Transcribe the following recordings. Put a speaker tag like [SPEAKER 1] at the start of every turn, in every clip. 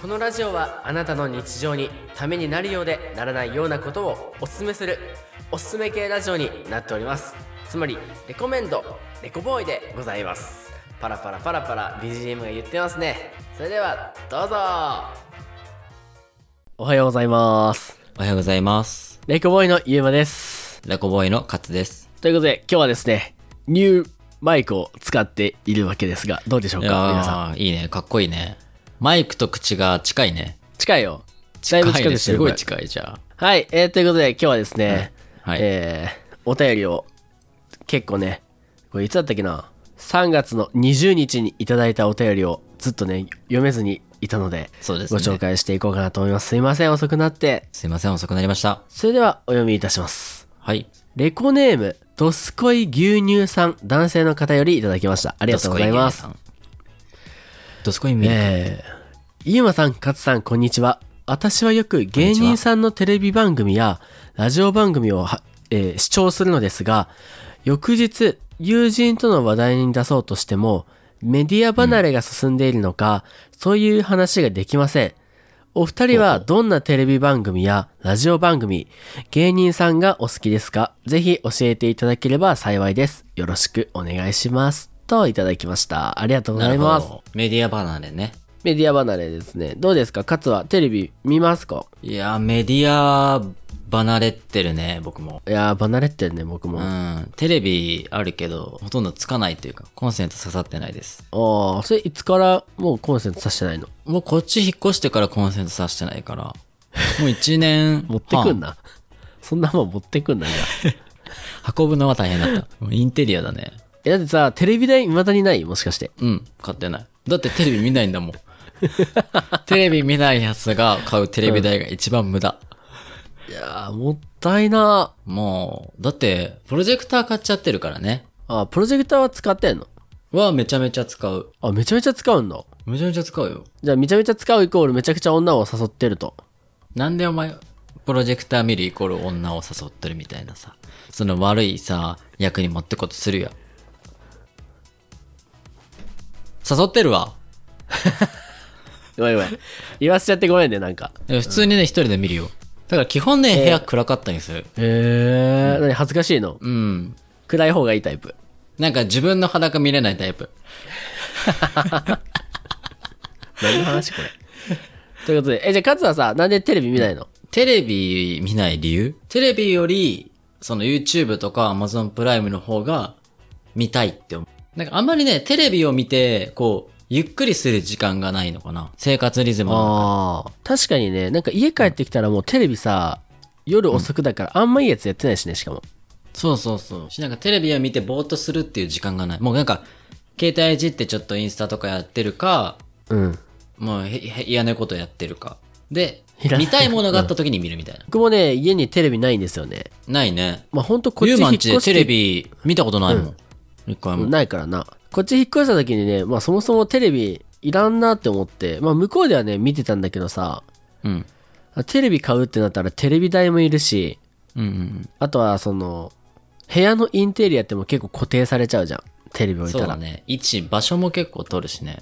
[SPEAKER 1] このラジオはあなたの日常にためになるようでならないようなことをおすすめするおすすめ系ラジオになっておりますつまりレコメンドレコボーイでございますパラパラパラパラ BGM が言ってますねそれではどうぞおはようございます
[SPEAKER 2] おはようございます。
[SPEAKER 1] レコボーイのゆうまです
[SPEAKER 2] ラコボーイのカツです。
[SPEAKER 1] ということで今日はですねニューマイクを使っているわけですがどうでしょう
[SPEAKER 2] い
[SPEAKER 1] か皆さん
[SPEAKER 2] やー、いいね。かっこいいね。マイクと口が近いね。
[SPEAKER 1] 近いよだいぶ近
[SPEAKER 2] ね
[SPEAKER 1] くして
[SPEAKER 2] す
[SPEAKER 1] るこ
[SPEAKER 2] ご
[SPEAKER 1] れ
[SPEAKER 2] い近いじゃ
[SPEAKER 1] はい、えーということで今日はですね、
[SPEAKER 2] うんはい
[SPEAKER 1] えーお便りを結構ねこれいつだったっけな3月の20日にいただいたお便りをずっとね読めずにいたので
[SPEAKER 2] そうです
[SPEAKER 1] ご
[SPEAKER 2] ね
[SPEAKER 1] 紹介していこうかなと思いますすいません遅くなって
[SPEAKER 2] あ。すいません、遅くなりました。
[SPEAKER 1] それではお読みいたします
[SPEAKER 2] はい。
[SPEAKER 1] レコネームドスコイ牛乳さん男性の方よりいただきましたあ
[SPEAKER 2] あ
[SPEAKER 1] りがとうございます。
[SPEAKER 2] ドスコイミルク。
[SPEAKER 1] えー、ゆうまさん、勝さん、こんにちは。私はよく芸人さんのテレビ番組やラジオ番組をは、えー視聴するのですが、翌日、友人との話題に出そうとしても、メディア離れが進んでいるのか、そういう話ができません。お二人はどんなテレビ番組やラジオ番組、芸人さんがお好きですかぜひ教えていただければ幸いです。よろしくお願いします。といただきました。ありがとうございます。
[SPEAKER 2] ど。メディア離れね。
[SPEAKER 1] メディア離れですね。どうですか勝はテレビ見ますか
[SPEAKER 2] いやー、メディア離れてるね、僕も。
[SPEAKER 1] いやー、離れてるね、僕も。
[SPEAKER 2] う
[SPEAKER 1] あ
[SPEAKER 2] ん。テレビあるけど、ほとんどつかないというか、コンセント刺さってないです。
[SPEAKER 1] あ、それいつからもうコンセントさしてないの
[SPEAKER 2] もうこっち引っ越してからコンセント刺してないから、もう一年半。
[SPEAKER 1] 持ってくんな。そんなもん持ってくんな、じゃあ
[SPEAKER 2] 運ぶのは大変だった。もう インテリアだね。
[SPEAKER 1] え、だってさ、テレビ台未だにないもしかして。
[SPEAKER 2] うん、買ってない。だってテレビ見ないん だもん。テレビ見ないやつが買うテレビ代が一番無駄。
[SPEAKER 1] いやー、もったいな
[SPEAKER 2] もう、だって、プロジェクター買っちゃってるからね。
[SPEAKER 1] あ、プロジェクターは使ってんの
[SPEAKER 2] はめちゃめちゃ使う。
[SPEAKER 1] あ、めちゃめちゃ使うんだ。
[SPEAKER 2] めちゃめちゃ使うよ。
[SPEAKER 1] じゃあ、めちゃめちゃ使うイコールめちゃくちゃ女を誘ってると。
[SPEAKER 2] なんでお前、プロジェクター見るイコール女を誘ってるみたいなさ。その悪いさ、役に持ってことするよ。誘ってるわ。
[SPEAKER 1] や ばいやばい。言わせちゃってごめんね、なんか。
[SPEAKER 2] いや普通にね、一人で見るよ。だから基本ね、部屋暗かったりする。
[SPEAKER 1] へえー、何恥ずかしいの
[SPEAKER 2] うん。
[SPEAKER 1] 暗い方がいいタイプ。
[SPEAKER 2] なんか自分の裸見れないタイプ。
[SPEAKER 1] 何の話これ。ということで、え、じゃあ勝はさ、なんでテレビ見ないの
[SPEAKER 2] テレビ見ない理由テレビより、その YouTube とか Amazon プライムの方が見たいって思う。なんかあんまりね、テレビを見て、こう、ゆっくりする時間がないのかな。生活リズムの
[SPEAKER 1] ああ確かにねなんか家帰ってきたらもうテレビさ夜遅くだからあんまいいやつやってないしねしかも
[SPEAKER 2] そうそうそう。しなんかテレビを見てぼーっとするっていう時間がない。もうなんか、携帯いじってちょっとインスタとかやってるか、
[SPEAKER 1] うん
[SPEAKER 2] もうへへ嫌なことやってるか。 で
[SPEAKER 1] いら、ない
[SPEAKER 2] 見たいものがあった時に見るみたいな。
[SPEAKER 1] 僕もね家にテレビないんですよね
[SPEAKER 2] ないね。
[SPEAKER 1] まあほんとこっち
[SPEAKER 2] ユー
[SPEAKER 1] 引
[SPEAKER 2] マ
[SPEAKER 1] っ
[SPEAKER 2] ン
[SPEAKER 1] 越
[SPEAKER 2] チで
[SPEAKER 1] し
[SPEAKER 2] テ
[SPEAKER 1] て
[SPEAKER 2] レビ見たことないもん。一回も。
[SPEAKER 1] ないからなこっち引っ越した時にね、まあ、そもそもテレビいらんなって思って、まあ、向こうではね見てたんだけどさ
[SPEAKER 2] うん。
[SPEAKER 1] テレビ買うってなったらテレビ台もいるし
[SPEAKER 2] うんうん
[SPEAKER 1] あとはその部屋のインテリアってもう結構固定されちゃうじゃんテレビ
[SPEAKER 2] う
[SPEAKER 1] 置
[SPEAKER 2] ん。
[SPEAKER 1] い
[SPEAKER 2] そう
[SPEAKER 1] た
[SPEAKER 2] だ
[SPEAKER 1] ら
[SPEAKER 2] ね。位置、場所も結構取るしね。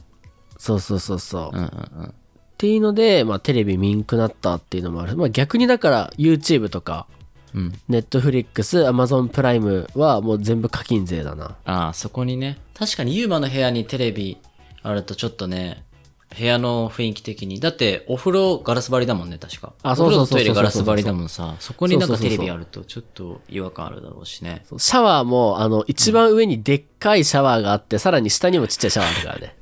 [SPEAKER 1] そうそうそうそう
[SPEAKER 2] うんうんうん。
[SPEAKER 1] っていうので、まあ、テレビ見んくなったっていうのもある、まあ、逆にだから YouTube とか
[SPEAKER 2] うん。
[SPEAKER 1] Netflix、Amazon プライムはもう全部課金税だな。
[SPEAKER 2] ああ、そこにね。確かにユーマの部屋にテレビあるとちょっとね、部屋の雰囲気的に。だって、お風呂ガラス張りだもんね、確か。
[SPEAKER 1] あそうそうそうそう
[SPEAKER 2] お風呂とトイレガラス張りだもんさ。そこになん
[SPEAKER 1] そう
[SPEAKER 2] か
[SPEAKER 1] そう
[SPEAKER 2] テ
[SPEAKER 1] そう
[SPEAKER 2] レビあるとちょっと違和感あるだろうしね。
[SPEAKER 1] シャワーも、あの、一番上にでっかいシャワーがあって、さらに下にもちっちゃいシャワーあるからね。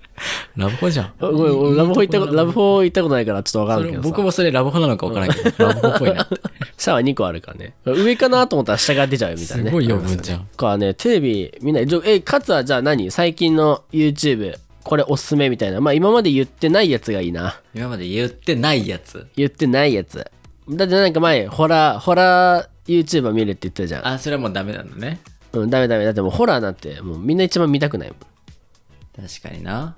[SPEAKER 2] ラブホじゃ ん。
[SPEAKER 1] ごめん俺ラブホ行ったこと、ラブホ行ったことないからちょっとわか
[SPEAKER 2] そ
[SPEAKER 1] んない
[SPEAKER 2] れ
[SPEAKER 1] けどさ。
[SPEAKER 2] 僕もそれラブホなのか分からんけ ど、ラブホっぽいなって。
[SPEAKER 1] シャワー2個あるからね。上かなと思ったら下が出ちゃうみたいなね。
[SPEAKER 2] すごい余分じゃん
[SPEAKER 1] ありますよねだからね、テレビ見ない。じゃえ、かつはじゃあ何最近の YouTube、これおすすめみたいな。まあ今まで言ってないやつがいいな。
[SPEAKER 2] 今まで言ってないやつ。
[SPEAKER 1] 言ってないやつだってなんか前ホラーホラー YouTuber 見るって言ってたじゃん
[SPEAKER 2] あ、それはもうダメなんだね。
[SPEAKER 1] うんダメダメだってもうホラーなんてもうみんな一番見たくないもん
[SPEAKER 2] 確かにな。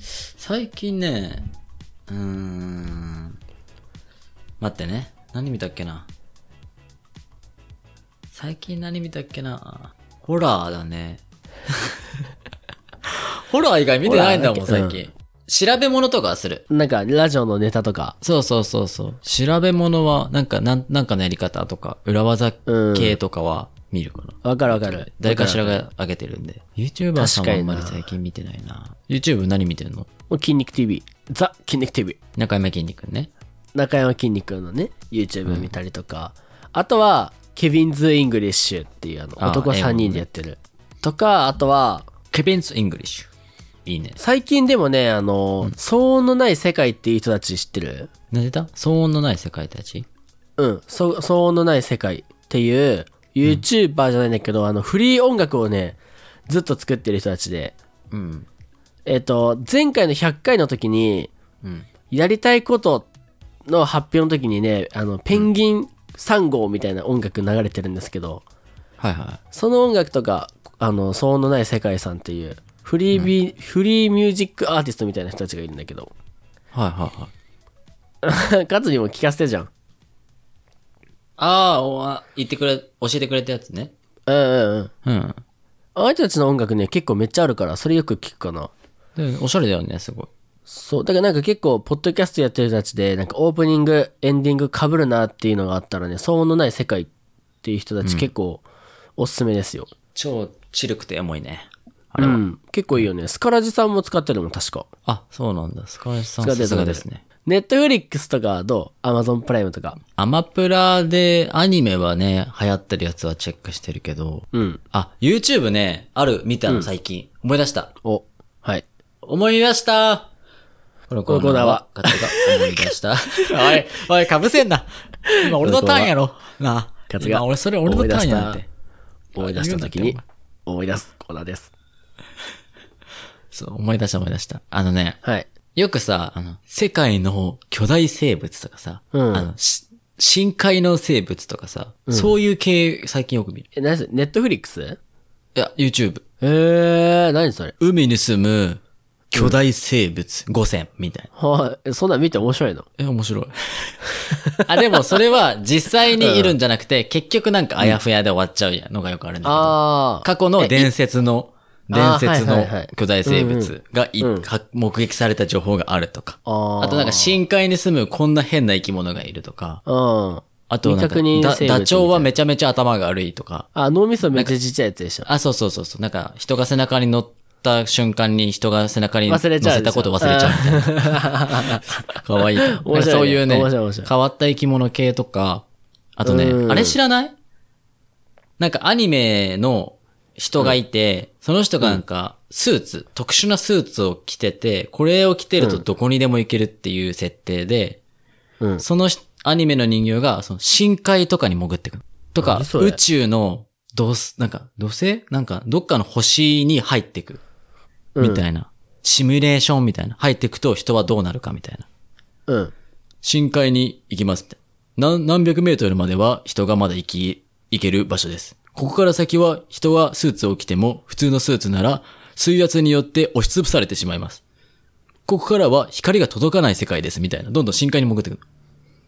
[SPEAKER 2] 最近ね、うーん。待ってね。何見たっけな。最近何見たっけな。 ホラーだね。ホラー以外見てないんだもん、
[SPEAKER 1] ホラーだ
[SPEAKER 2] 最
[SPEAKER 1] っけ
[SPEAKER 2] 近。調べ物とかはする。
[SPEAKER 1] なんか、ラジオのネタとか。
[SPEAKER 2] そうそうそうそう。調べ物は、なんか、なん、なんかのやり方とか、裏技
[SPEAKER 1] うん
[SPEAKER 2] 系とかは見るかな。
[SPEAKER 1] わかるわかる。
[SPEAKER 2] 誰かしら
[SPEAKER 1] わるわ
[SPEAKER 2] が上げてるんで。YouTuber さんはあんまり最近見てないな。YouTube 何見てるの
[SPEAKER 1] る。もう筋肉 TV。ザ・筋肉 TV。
[SPEAKER 2] 中山きんに君ね。
[SPEAKER 1] 中山筋肉のね、YouTube 見たりとか。あとは、ケビンズ・イングリッシュっていうあの、
[SPEAKER 2] あー
[SPEAKER 1] 男3人でやってる。とか、あとは、
[SPEAKER 2] ケビンズ・イングリッシュ。いいね。
[SPEAKER 1] 最近でもね、あの、騒音のない世界っていう人たち知ってる
[SPEAKER 2] 何でだ騒音のない世界たち
[SPEAKER 1] うん、そ騒音のない世界っていう YouTuber じゃないんだけど、あの、フリー音楽をね、ずっと作ってる人たちで、
[SPEAKER 2] うん。
[SPEAKER 1] えっ、と、前回の100回の時に、
[SPEAKER 2] うん。
[SPEAKER 1] やりたいことの発表の時にね、あの、ペンギン3号みたいな音楽流れてるんですけど、
[SPEAKER 2] はいは
[SPEAKER 1] その音楽とか、あの、騒音のない世界さんっていう、フリービー、フリーミュージックアーティストみたいな人たちがいるんだけど、
[SPEAKER 2] い。はいはいはい。
[SPEAKER 1] カズにも聞かせてじゃん。
[SPEAKER 2] ああおあ、言ってくれ、教えてくれたやつね。
[SPEAKER 1] うんうんうん。
[SPEAKER 2] うん。
[SPEAKER 1] あの人たちの音楽ね、結構めっちゃあるから、それよく聞くかな。
[SPEAKER 2] でおしゃれだよね、すごい。
[SPEAKER 1] そう。だからなんか結構、ポッドキャストやってる人たちで、なんかオープニング、エンディング被るなっていうのがあったらね、騒音のない世界っていう人たち結構おすすめですよ。
[SPEAKER 2] 超チルくてエモいね。あ
[SPEAKER 1] う
[SPEAKER 2] れは。
[SPEAKER 1] ん。結構いいよね。スカラジさんも使ってるもん、確か。
[SPEAKER 2] あ、そうなんだ。スカイさん
[SPEAKER 1] 使って
[SPEAKER 2] さ
[SPEAKER 1] る
[SPEAKER 2] すがですね。。
[SPEAKER 1] ネットフリックスとかはどうアマゾンプライムとか。
[SPEAKER 2] アマプラでアニメはね、流行ってるやつはチェックしてるけど。
[SPEAKER 1] うん。
[SPEAKER 2] あ、YouTube ね、ある、見たの最近。思い出した。
[SPEAKER 1] お。はい。
[SPEAKER 2] 思い出したこのコーナーは、勝手が思い出した。おい、 おい、かぶせんな。今俺のターンやろ。なあ。
[SPEAKER 1] 勝が
[SPEAKER 2] 今俺、それ俺のターンや
[SPEAKER 1] 思
[SPEAKER 2] んっ
[SPEAKER 1] い出
[SPEAKER 2] て。
[SPEAKER 1] 思い出した時に、思い出すコーナーです。
[SPEAKER 2] そう、思い出した思い出した。あのね、
[SPEAKER 1] はい。
[SPEAKER 2] よくさ、あの、世界の巨大生物とかさ、
[SPEAKER 1] うん
[SPEAKER 2] あの、し深海の生物とかさ、そういう系最近よく見る。
[SPEAKER 1] え、何それネットフリックス
[SPEAKER 2] いや、YouTube。
[SPEAKER 1] えー、何それ
[SPEAKER 2] 海に住む巨大生物5選みたいな。
[SPEAKER 1] はい。そんなん見て面白いの
[SPEAKER 2] え、面白い。 あ、でもそれは実際にいるんじゃなくて、結局なんかあやふやで終わっちゃうやんのがよくあるんだけど、
[SPEAKER 1] ああ。
[SPEAKER 2] 過去の伝説の、伝
[SPEAKER 1] あー
[SPEAKER 2] 説
[SPEAKER 1] は
[SPEAKER 2] の
[SPEAKER 1] いはいはい
[SPEAKER 2] 巨大生物がい
[SPEAKER 1] うんうん
[SPEAKER 2] か目撃された情報があるとか、
[SPEAKER 1] あー
[SPEAKER 2] あとなんか深海に住むこんな変な生き物がいるとか、
[SPEAKER 1] うん。
[SPEAKER 2] あとな
[SPEAKER 1] 未
[SPEAKER 2] んかだ
[SPEAKER 1] 確認生物みたいな
[SPEAKER 2] ダチョウはめちゃめちゃ頭が悪いとか、
[SPEAKER 1] あ、脳みそめっちゃちっちゃいやつでしょ。
[SPEAKER 2] あ、そうそうそうそう、なんか人が背中に乗った瞬間に人が背中に乗
[SPEAKER 1] 忘れ
[SPEAKER 2] せ
[SPEAKER 1] ちゃうでしょ
[SPEAKER 2] たこと忘れちゃうみたいな。 かわいい。なん
[SPEAKER 1] 面白いね
[SPEAKER 2] かそういうね
[SPEAKER 1] 面白い面白い、
[SPEAKER 2] 変わった生き物系とか、あとね
[SPEAKER 1] う、ん
[SPEAKER 2] あれ知らないなんかアニメの人がいて、その人がなんかスーツ、特殊なスーツを着てて、これを着てるとどこにでも行けるっていう設定で、
[SPEAKER 1] うん。
[SPEAKER 2] そのしアニメの人形がその深海とかに潜ってくる。とか
[SPEAKER 1] 何、それ
[SPEAKER 2] 宇宙のどうす、なんか土星なんかどっかの星に入ってくる。みたいな。シミュレーションみたいな。入ってくと人はどうなるかみたいな。
[SPEAKER 1] うん。
[SPEAKER 2] 深海に行きますみたいな。何、何百メートルまでは人がまだ行き、行ける場所です。ここから先は人はスーツを着ても、普通のスーツなら水圧によって押しつぶされてしまいます。ここからは光が届かない世界ですみたいな。どんどん深海に潜ってくる。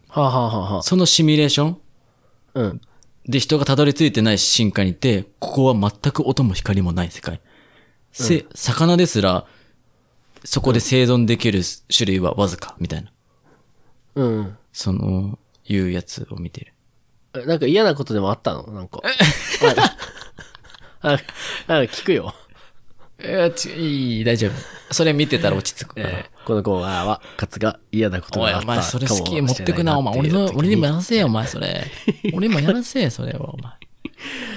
[SPEAKER 1] はあ、はあはあはあ、
[SPEAKER 2] そのシミュレーション
[SPEAKER 1] うん。
[SPEAKER 2] で人がたどり着いてない深海にいて、ここは全く音も光もない世界。せ、魚ですら、そこで生存できる種類はわずか、みたいな。
[SPEAKER 1] うん。
[SPEAKER 2] その、いうやつを見てる。
[SPEAKER 1] えなんか嫌なことでもあったのなんか。なんか、なん かなんか聞くよ。
[SPEAKER 2] えち、いい、大丈夫。 それ見てたら落ち着くから。
[SPEAKER 1] えーこのコーナーは、カツが嫌なこと
[SPEAKER 2] おい、
[SPEAKER 1] があっ
[SPEAKER 2] お
[SPEAKER 1] たか
[SPEAKER 2] 前、
[SPEAKER 1] も
[SPEAKER 2] そ
[SPEAKER 1] しれ
[SPEAKER 2] れ
[SPEAKER 1] ない
[SPEAKER 2] 好き、持ってくな、お前。俺
[SPEAKER 1] の
[SPEAKER 2] の、俺にもやらせよ、お前、それ。 俺にもやらせよ、それは、お前。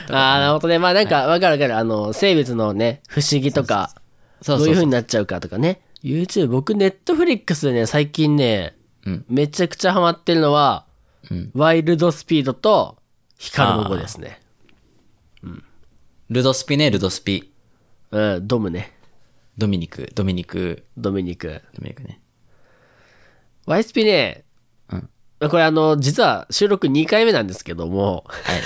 [SPEAKER 1] ああ、なるほどね。まあなんか、わかるわかる。あの、生物のね、不思議とか、
[SPEAKER 2] そう
[SPEAKER 1] どう
[SPEAKER 2] そ
[SPEAKER 1] いう
[SPEAKER 2] うそ
[SPEAKER 1] 風
[SPEAKER 2] う。
[SPEAKER 1] になっちゃうかとかね。YouTube、僕、ネットフリックスでね、最近ね、
[SPEAKER 2] うん
[SPEAKER 1] めちゃくちゃハマってるのは、
[SPEAKER 2] うん
[SPEAKER 1] ワイルドスピードと、光の子ですね。
[SPEAKER 2] ルドスピね、ルドスピ。
[SPEAKER 1] うん、ドムね。
[SPEAKER 2] ドミニク、ドミニク、
[SPEAKER 1] ドミニク。
[SPEAKER 2] ドミニクね。
[SPEAKER 1] ワイスピね、
[SPEAKER 2] うん
[SPEAKER 1] これあの、実は収録2回目なんですけども、
[SPEAKER 2] はい。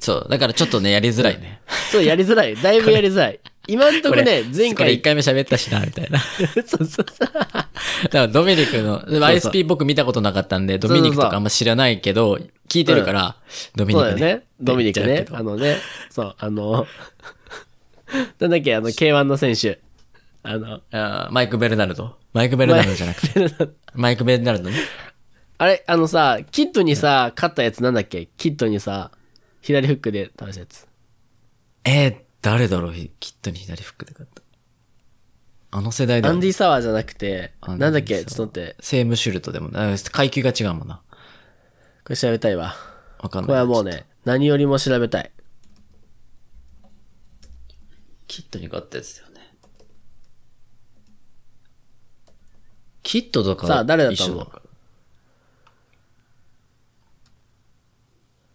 [SPEAKER 2] そう。だからちょっとね、やりづらいね。
[SPEAKER 1] ちょっとやりづ らい。だいぶやりづらい。今んとこね、前
[SPEAKER 2] こ
[SPEAKER 1] 回
[SPEAKER 2] れ1、回目喋ったしな、みた いな。
[SPEAKER 1] そうそうそう
[SPEAKER 2] だからドミニクの、ISP 僕見たことなかったんで、ドミニクとかあんま知らないけど、聞いてるから、ドミ
[SPEAKER 1] そ
[SPEAKER 2] ニ
[SPEAKER 1] うだ
[SPEAKER 2] ク
[SPEAKER 1] よ
[SPEAKER 2] ね
[SPEAKER 1] ね。。ドミニク
[SPEAKER 2] って言っ
[SPEAKER 1] ね
[SPEAKER 2] ち。ゃう
[SPEAKER 1] あのね、そう、あの、なんだっけ、あの、K1 の選手。あの、
[SPEAKER 2] けど。あーマイク・ベルナルド。マイク・ベルナルドじゃなくて。マイク・ベルナルドね。
[SPEAKER 1] あれあのさ、キッドにさ、勝ったやつなんだっけキッドにさ、左フックで倒したやつ。
[SPEAKER 2] えー、誰だろうきっとに左フックで勝った。あの世代だ
[SPEAKER 1] ア
[SPEAKER 2] よね
[SPEAKER 1] ンディ・サワーじゃなくて、
[SPEAKER 2] アンディ
[SPEAKER 1] なんだっけ
[SPEAKER 2] サワー
[SPEAKER 1] ちょっと待って、
[SPEAKER 2] セームシュルトでもない。あ階級が違うもんな。
[SPEAKER 1] これ調べたいわ。
[SPEAKER 2] わかんない。
[SPEAKER 1] これはもう。ね、何よりも調べたい。
[SPEAKER 2] キットに勝ったやつだよね。キットとか
[SPEAKER 1] さあ誰だと
[SPEAKER 2] 一緒
[SPEAKER 1] 思う
[SPEAKER 2] から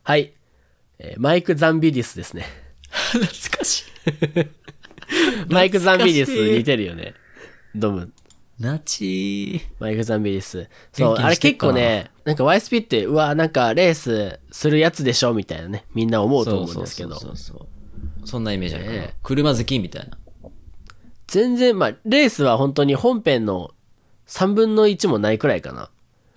[SPEAKER 1] はい。えーマイク・ザンビディスですね。
[SPEAKER 2] 懐かしい。
[SPEAKER 1] マイク・ザンビディス
[SPEAKER 2] 懐かしい
[SPEAKER 1] 似てるよね。ドム。
[SPEAKER 2] ナチ
[SPEAKER 1] マイク・ザンビディス。そう、
[SPEAKER 2] 元気
[SPEAKER 1] あ
[SPEAKER 2] に
[SPEAKER 1] れ
[SPEAKER 2] してっ
[SPEAKER 1] 結
[SPEAKER 2] かな
[SPEAKER 1] 構ね、なんか YSP って、うわ、なんかレースするやつでしょみたいなね、みんな思
[SPEAKER 2] ー。
[SPEAKER 1] うと思うんですけど。
[SPEAKER 2] そうそうそうそうそんなイメージあるかな、
[SPEAKER 1] ね
[SPEAKER 2] 車好きみたいな。
[SPEAKER 1] 全然、まあ、レースは本当に本編の3分の1もないくらいかな。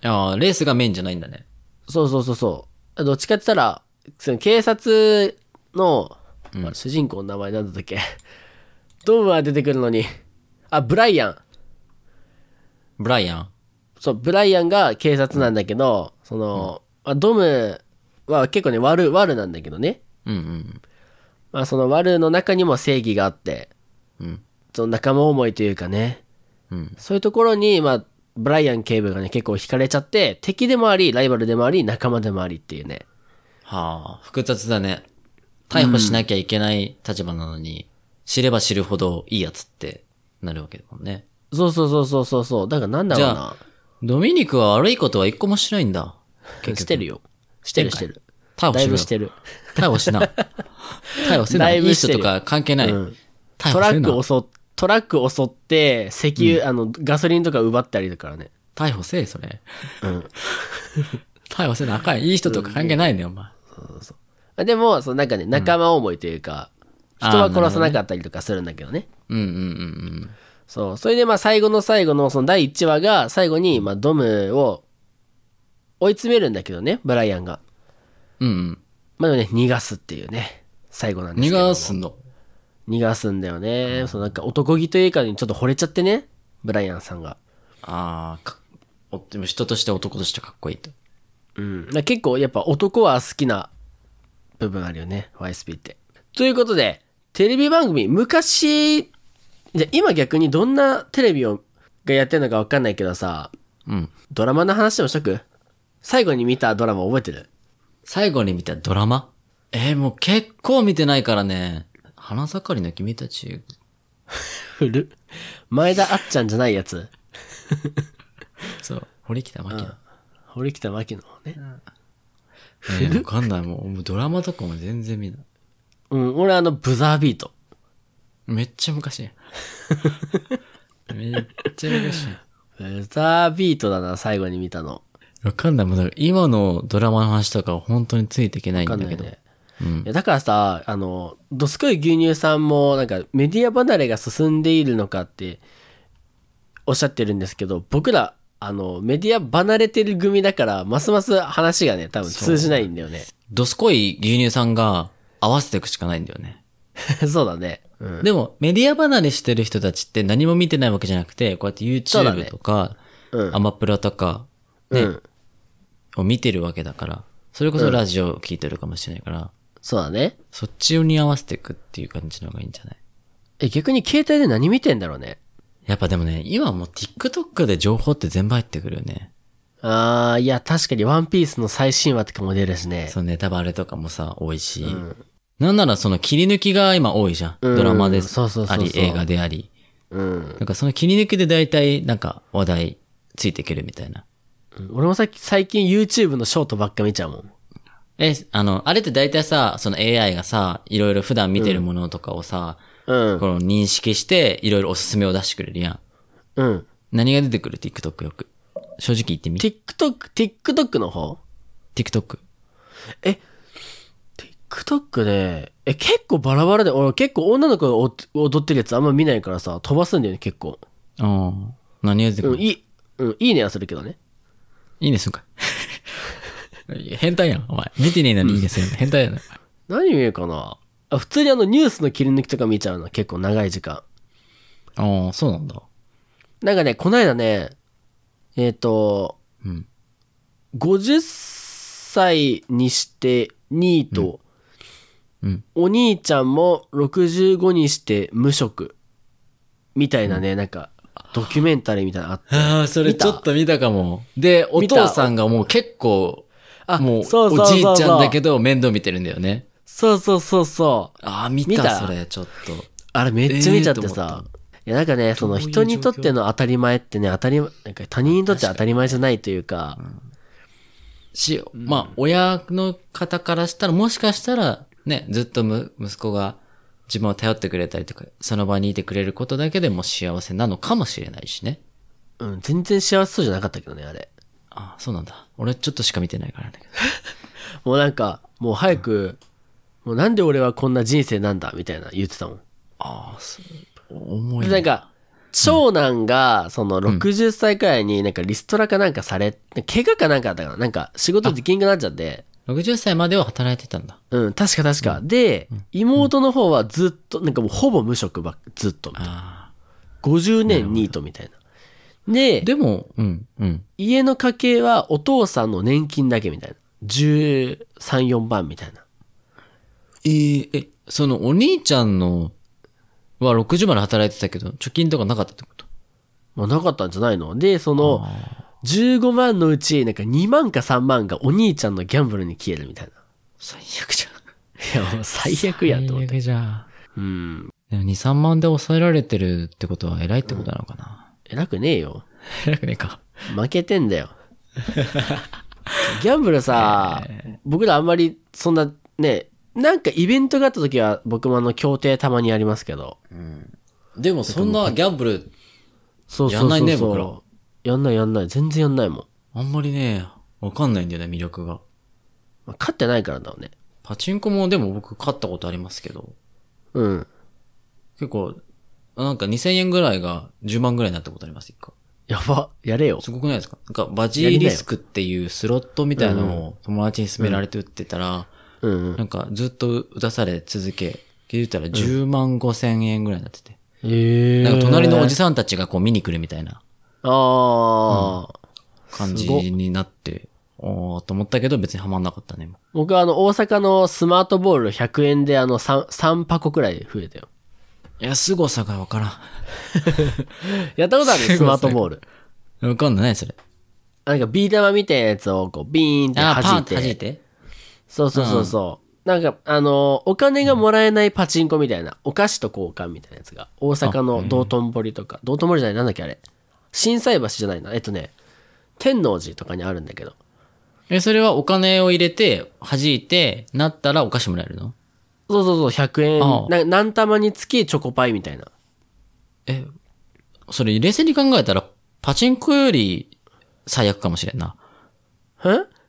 [SPEAKER 2] ああ、レースがメインじゃないんだね。
[SPEAKER 1] そうそうそうそう。どっちかって言ったら、その警察の、まあ主人公の名前なんだったっけ。ドームは出てくるのに、あ、ブライアン。
[SPEAKER 2] ブライアン。
[SPEAKER 1] そう、ブライアンが警察なんだけど、その、まあ、ドムは結構ね、悪、悪なんだけどね。
[SPEAKER 2] うんうん。
[SPEAKER 1] まあその悪の中にも正義があって、
[SPEAKER 2] うん。
[SPEAKER 1] その仲間思いというかね、
[SPEAKER 2] うん。
[SPEAKER 1] そういうところに、まあ、ブライアン警部がね、結構惹かれちゃって、敵でもあり、ライバルでもあり、仲間でもありっていうね。
[SPEAKER 2] はあ、複雑だね。逮捕しなきゃいけない立場なのに、知れば知るほどいいやつってなるわけだもんね。
[SPEAKER 1] そうそうそうそうそうそう。だからなんだろう
[SPEAKER 2] じゃ
[SPEAKER 1] な。
[SPEAKER 2] ドミニクは悪いことは一個もしないんだ。
[SPEAKER 1] してるよ。してるしてる。
[SPEAKER 2] 逮捕
[SPEAKER 1] だい
[SPEAKER 2] しろ
[SPEAKER 1] ぶ
[SPEAKER 2] よ
[SPEAKER 1] してる。
[SPEAKER 2] 逮捕 しな。逮捕せな
[SPEAKER 1] だ
[SPEAKER 2] い。
[SPEAKER 1] い
[SPEAKER 2] いい
[SPEAKER 1] ぶして
[SPEAKER 2] 人
[SPEAKER 1] る
[SPEAKER 2] とか関係ない。
[SPEAKER 1] うん
[SPEAKER 2] 逮
[SPEAKER 1] ト
[SPEAKER 2] 捕
[SPEAKER 1] ラ
[SPEAKER 2] する
[SPEAKER 1] ッ
[SPEAKER 2] な
[SPEAKER 1] ク。襲っ、トラック襲って、石油、あの、ガソリンとか奪ったりだからね。
[SPEAKER 2] 逮捕せえ、それ。
[SPEAKER 1] うん。
[SPEAKER 2] 逮捕せなあかん。いい人とか関係ないね、お前。
[SPEAKER 1] あでも、そのなんかね、仲間思いというか、
[SPEAKER 2] あー
[SPEAKER 1] 人は殺さなかったりとかするんだけどね。
[SPEAKER 2] うんうんうん
[SPEAKER 1] そう。それでまあ最後の最後のその第1話が最後にまあドムを追い詰めるんだけどね、ブライアンが。
[SPEAKER 2] うん。うん
[SPEAKER 1] まあでもね、逃がすっていうね、最後なん
[SPEAKER 2] うん。
[SPEAKER 1] です
[SPEAKER 2] 逃
[SPEAKER 1] けども。
[SPEAKER 2] がすの。
[SPEAKER 1] 逃がすんだよね。そうなんか男気というかにちょっと惚れちゃってね、ブライアンさんが。
[SPEAKER 2] ああ、かおでも人として男としてかっこいいと。
[SPEAKER 1] うん。だから結構やっぱ男は好きな部分あるよね、YSP って。ということで、テレビ番組、昔、じゃあ今逆にどんなテレビをがやってるのかわかんないけどさ、
[SPEAKER 2] うん。
[SPEAKER 1] ドラマの話でもしとく最後に見たドラマ覚えてる
[SPEAKER 2] 最後に見たドラマえー、もう結構見てないからね。花盛りの君たち。
[SPEAKER 1] 古っ前田あっちゃんじゃないやつ
[SPEAKER 2] そう。堀北真希の。
[SPEAKER 1] 堀北真希のね
[SPEAKER 2] えー、わかんない。もうもうドラマとかも全然見ない。
[SPEAKER 1] うん俺あのブザービート
[SPEAKER 2] めっちゃ昔や。 めっちゃ昔や。
[SPEAKER 1] ブザービートだな最後に見たの
[SPEAKER 2] わかんない。もうだから今のドラマの話とかは本当についていけないん
[SPEAKER 1] わ
[SPEAKER 2] だ
[SPEAKER 1] かんな
[SPEAKER 2] け
[SPEAKER 1] い
[SPEAKER 2] ど。
[SPEAKER 1] ね
[SPEAKER 2] うん
[SPEAKER 1] い。やだからさあの「どすこい牛乳さん」もなんかメディア離れが進んでいるのかっておっしゃってるんですけど僕らあのメディア離れてる組だからますます話がね多分通じないんだよね
[SPEAKER 2] ドスコイ牛乳さんが合わせていくしかないんだよね。
[SPEAKER 1] そうだね、うん、
[SPEAKER 2] でも、メディア離れしてる人たちって何も見てないわけじゃなくて、こうやって
[SPEAKER 1] そうだね
[SPEAKER 2] YouTube とか、
[SPEAKER 1] うん
[SPEAKER 2] アマプラとか、
[SPEAKER 1] う
[SPEAKER 2] ね、
[SPEAKER 1] ん
[SPEAKER 2] を見てるわけだから、それこそラジオを聞いてるかもしれないから、
[SPEAKER 1] そうだね
[SPEAKER 2] そっちに合わせていくっていう感じの方がいいんじゃない
[SPEAKER 1] え逆に携帯で何見てんだろうね
[SPEAKER 2] やっぱでもね、今もう TikTok で情報って全部入ってくるよね。
[SPEAKER 1] あー、いや、確かにワンピースの最新話とかも出るしね。
[SPEAKER 2] そのネタバレとかもさ、多いし。なんならその切り抜きが今多いじゃん。ドラマで
[SPEAKER 1] そうそうそ
[SPEAKER 2] あ
[SPEAKER 1] うそう
[SPEAKER 2] り、映画であり。
[SPEAKER 1] うん。
[SPEAKER 2] なんかその切り抜きで大体なんか話題ついていけるみたいな。
[SPEAKER 1] 俺もさっき最近 YouTube のショートばっか見ちゃうもん。
[SPEAKER 2] え、あの、あれって大体さ、その AI がさ、いろいろ普段見てるものとかをさ、
[SPEAKER 1] うん。
[SPEAKER 2] この認識して、いろいろおすすめを出してくれるやん。
[SPEAKER 1] うん。
[SPEAKER 2] 何が出てくる ?TikTok よく。正直言ってみ。
[SPEAKER 1] TikTok、TikTok の方
[SPEAKER 2] TikTok。
[SPEAKER 1] ?TikTok ね、え、結構バラバラで、俺結構女の子がお踊ってるやつあんま見ないからさ、飛ばすんだよね、結構。
[SPEAKER 2] うん。何が出てく
[SPEAKER 1] う
[SPEAKER 2] る、
[SPEAKER 1] ん、
[SPEAKER 2] い
[SPEAKER 1] いい、うん、いいねはするけどね。
[SPEAKER 2] いねすんか い。変態やん、お前。見てねえのにいいねすんの。変態やな、お前。
[SPEAKER 1] 何見るかなあ、普通にあのニュースの切り抜きとか見ちゃうの、結構長い時間。
[SPEAKER 2] ああ、そうなんだ。
[SPEAKER 1] なんかね、この間ね、えっ、と、
[SPEAKER 2] うん。
[SPEAKER 1] 50歳にしてニート、
[SPEAKER 2] うん。
[SPEAKER 1] お兄ちゃんも65にして無職、みたいなね、なんか、ドキュメンタリーみたいなのあっ
[SPEAKER 2] ああ、それ
[SPEAKER 1] 見た
[SPEAKER 2] ちょっと見たかも。で、お
[SPEAKER 1] 見た
[SPEAKER 2] 父さんがもう結構、
[SPEAKER 1] あ
[SPEAKER 2] もう
[SPEAKER 1] そうそうそう
[SPEAKER 2] お
[SPEAKER 1] そう
[SPEAKER 2] じいちゃんだけど面倒見てるんだよね。
[SPEAKER 1] そうそうそうそう。
[SPEAKER 2] ああ、見た
[SPEAKER 1] 見た
[SPEAKER 2] それ、ちょっと。
[SPEAKER 1] あれめっちゃ見ちゃって
[SPEAKER 2] えーと
[SPEAKER 1] さ
[SPEAKER 2] 思。
[SPEAKER 1] いやなんかね、その
[SPEAKER 2] どういう
[SPEAKER 1] 人にとって
[SPEAKER 2] 状
[SPEAKER 1] の当たり前ってね、当たり前、なんか他人にとって当たり前じゃないというか、
[SPEAKER 2] し、まあ、親の方からしたら、もしかしたら、ね、ずっとむ息子が自分を頼ってくれたりとか、その場にいてくれることだけでも幸せなのかもしれないしね。
[SPEAKER 1] うん、全然幸せそうじゃなかったけどね、あれ。
[SPEAKER 2] ああ、そうなんだ。俺ちょっとしか見てないからね。
[SPEAKER 1] もうなんか、もう早く、もうなんで俺はこんな人生なんだ、みたいな言ってたもん。
[SPEAKER 2] ああ、そう、重い
[SPEAKER 1] で、
[SPEAKER 2] ね。
[SPEAKER 1] なんか、長男が、その60歳くらいになんかリストラかなんかされ、怪我かなんかあったかな、なんか仕事できんくなっちゃって、
[SPEAKER 2] 60歳までは働いてたんだ。
[SPEAKER 1] うん、確か確か。で、妹の方はずっと、なんかもうほぼ無職ばっ、ずっとみたいな。
[SPEAKER 2] あ
[SPEAKER 1] 50年ニートみたいな。
[SPEAKER 2] あ。
[SPEAKER 1] で、
[SPEAKER 2] でも、うん、うん。
[SPEAKER 1] 家の家計はお父さんの年金だけみたいな。13、4番みたいな。
[SPEAKER 2] えーえ、そのお兄ちゃんの、は60まで働いてたけど、貯金とかなかったってこと
[SPEAKER 1] まあなかったんじゃないので、その、15万のうち、なんか2万か3万がお兄ちゃんのギャンブルに消えるみたいな。
[SPEAKER 2] 最悪じゃん。
[SPEAKER 1] いや、もう最悪やと思って。
[SPEAKER 2] 最悪じゃん。
[SPEAKER 1] うん。
[SPEAKER 2] でも2、3万で抑えられてるってことは偉いってことなのかな、
[SPEAKER 1] 偉くねえよ。
[SPEAKER 2] 偉くねえか。
[SPEAKER 1] 負けてんだよ。 ギャンブルさ、僕らあんまりそんな、ね、なんかイベントがあった時は僕もあの協定たまにやりますけど。
[SPEAKER 2] でもそんなギャンブル、
[SPEAKER 1] そうそうそうそう。
[SPEAKER 2] やんないね僕ら
[SPEAKER 1] やんないやんない。全然やんないもん。
[SPEAKER 2] あんまりね、わかんないんだよね、魅力が。
[SPEAKER 1] まあ、勝ってないからだろうね。
[SPEAKER 2] パチンコもでも僕勝ったことありますけど、
[SPEAKER 1] うん。
[SPEAKER 2] 結構、なんか2000円ぐらいが10万ぐらいになったことあります、一回。
[SPEAKER 1] やば。やれよ。
[SPEAKER 2] すごくないですかなんかバジーリスクっていうスロットみたいなのを友達に勧められて打ってたら、
[SPEAKER 1] うんうん。
[SPEAKER 2] なんかずっと打たされ続け、気づいたら10万5千円ぐらいになってて。
[SPEAKER 1] え
[SPEAKER 2] なんか隣のおじ
[SPEAKER 1] さ。
[SPEAKER 2] さんたちがこう見に来るみたいなん
[SPEAKER 1] ああ、
[SPEAKER 2] 感
[SPEAKER 1] す
[SPEAKER 2] じ
[SPEAKER 1] ごっ
[SPEAKER 2] になって、おーと思ったけど別にハマんなかったね。も
[SPEAKER 1] 僕はあの、大阪のスマートボール100円であの3、3箱くらい増えたよ。
[SPEAKER 2] ういや、凄さがわから
[SPEAKER 1] やったことある
[SPEAKER 2] す
[SPEAKER 1] ス
[SPEAKER 2] ごい
[SPEAKER 1] マートボール。
[SPEAKER 2] ん。わかんない、それ。
[SPEAKER 1] なんかビー玉みたいなやつをこう、ビーンって
[SPEAKER 2] あー、パ
[SPEAKER 1] 弾
[SPEAKER 2] ン
[SPEAKER 1] い
[SPEAKER 2] って
[SPEAKER 1] て。
[SPEAKER 2] 弾いて。
[SPEAKER 1] そうそうそうそう。なんか、あの、お金がもらえないパチンコみたいな、お菓子と交換みたいなやつが、大阪の道頓堀とか、道頓堀じゃない、なんだっけあれ。心斎橋じゃないな。えっとね、天王寺とかにあるんだけど。
[SPEAKER 2] え、それはお金を入れて、弾いて、なったらお菓子もらえるの
[SPEAKER 1] そうそうそう、100円。
[SPEAKER 2] ああ
[SPEAKER 1] な何玉につきチョコパイみたいな。
[SPEAKER 2] え、それ冷静に考えたら、パチンコより最悪かもしれんな。
[SPEAKER 1] ん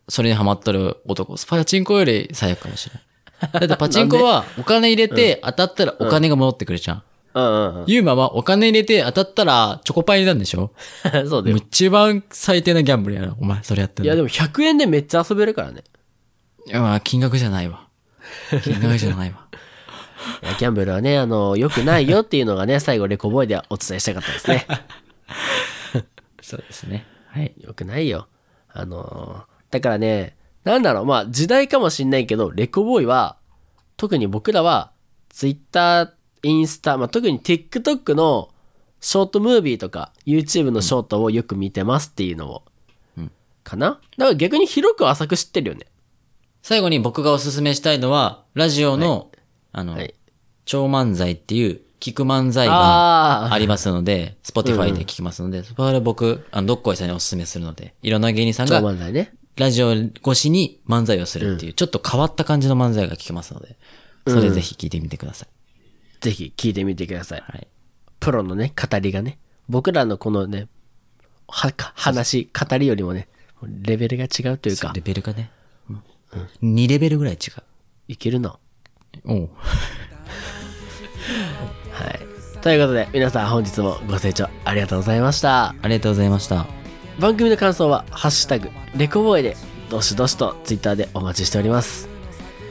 [SPEAKER 2] それにハマっとる男。パチンコより最悪かもし れん。だってパチンコはお金入れて当たったらお金が戻ってくるじゃん。
[SPEAKER 1] うんうん
[SPEAKER 2] ユーマはお金入れて当たったらチョコパイなんでしょ
[SPEAKER 1] うん。 そうだよ。
[SPEAKER 2] 一番最低なギャンブルやな。お前、それやってん
[SPEAKER 1] い
[SPEAKER 2] の
[SPEAKER 1] やでも100円でめっちゃ遊べるからね。
[SPEAKER 2] いや、まあ、金額じゃないわ。金額じゃな いわ。
[SPEAKER 1] いやギャンブルはね、あの、良くないよっていうのがね、最後レコボーイではお伝えしたかったですね。
[SPEAKER 2] そうですね。はい。
[SPEAKER 1] 良くないよ。あのーだからね、なんだろう、まあ時代かもしんないけど、レコボーイは、特に僕らは、ツイッター、インスタ、まあ特に TikTok のショートムービーとか、YouTube のショートをよく見てますっていうのを、
[SPEAKER 2] うん
[SPEAKER 1] かなだから逆に広く浅く知ってるよね。
[SPEAKER 2] 最後に僕がおすすめしたいのは、ラジオの、あの、
[SPEAKER 1] はい
[SPEAKER 2] 超漫才っていう、聞く漫才が
[SPEAKER 1] あ
[SPEAKER 2] ありますので、Spotify で聞きますので、そこで僕、あの、どっこいさんにおすすめするので、いろんな芸人さん
[SPEAKER 1] 超
[SPEAKER 2] が、
[SPEAKER 1] 漫才ね。
[SPEAKER 2] ラジオ越しに漫才をするっていう、ちょっと変わった感じの漫才が聞けますので、それぜひ聞いてみてください。
[SPEAKER 1] ぜひ聞いてみてください。
[SPEAKER 2] はい。
[SPEAKER 1] プロのね、語りがね、僕らのこのね、はか話、語りよりもね、レベルが違うという
[SPEAKER 2] そう
[SPEAKER 1] か
[SPEAKER 2] レ、ベルがね、うん、2レベルぐらい違
[SPEAKER 1] いけるの。
[SPEAKER 2] う。おう。
[SPEAKER 1] はい。ということで、皆さん本日もご清聴ありがとうございました。
[SPEAKER 2] ありがとうございました。
[SPEAKER 1] 番組の感想は、ハッシュタグ、レコボーイで、どしどしとツイッターでお待ちしております。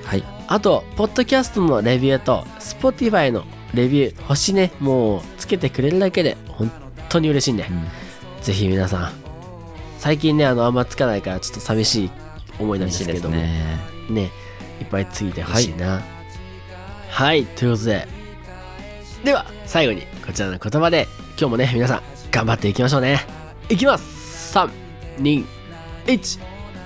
[SPEAKER 2] はい。
[SPEAKER 1] あと、ポッドキャストのレビューと、Spotify のレビュー、星ね、もうつけてくれるだけで、本当に嬉しいんで、
[SPEAKER 2] ん
[SPEAKER 1] ぜひ皆さん最近ねあのあんまつかないからちょっと寂しい思いなんですけどもね
[SPEAKER 2] ね。
[SPEAKER 1] いっぱいついてほしいなはい、ということででは最後にこちらの言葉で今日もね皆さん頑張っていきましょうねいきます321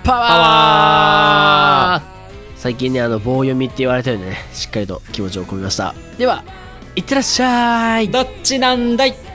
[SPEAKER 1] パワー最近ねあの棒読みって言われたようにねしっかりと気持ちを込めましたではいってらっしゃい
[SPEAKER 2] どっちなんだい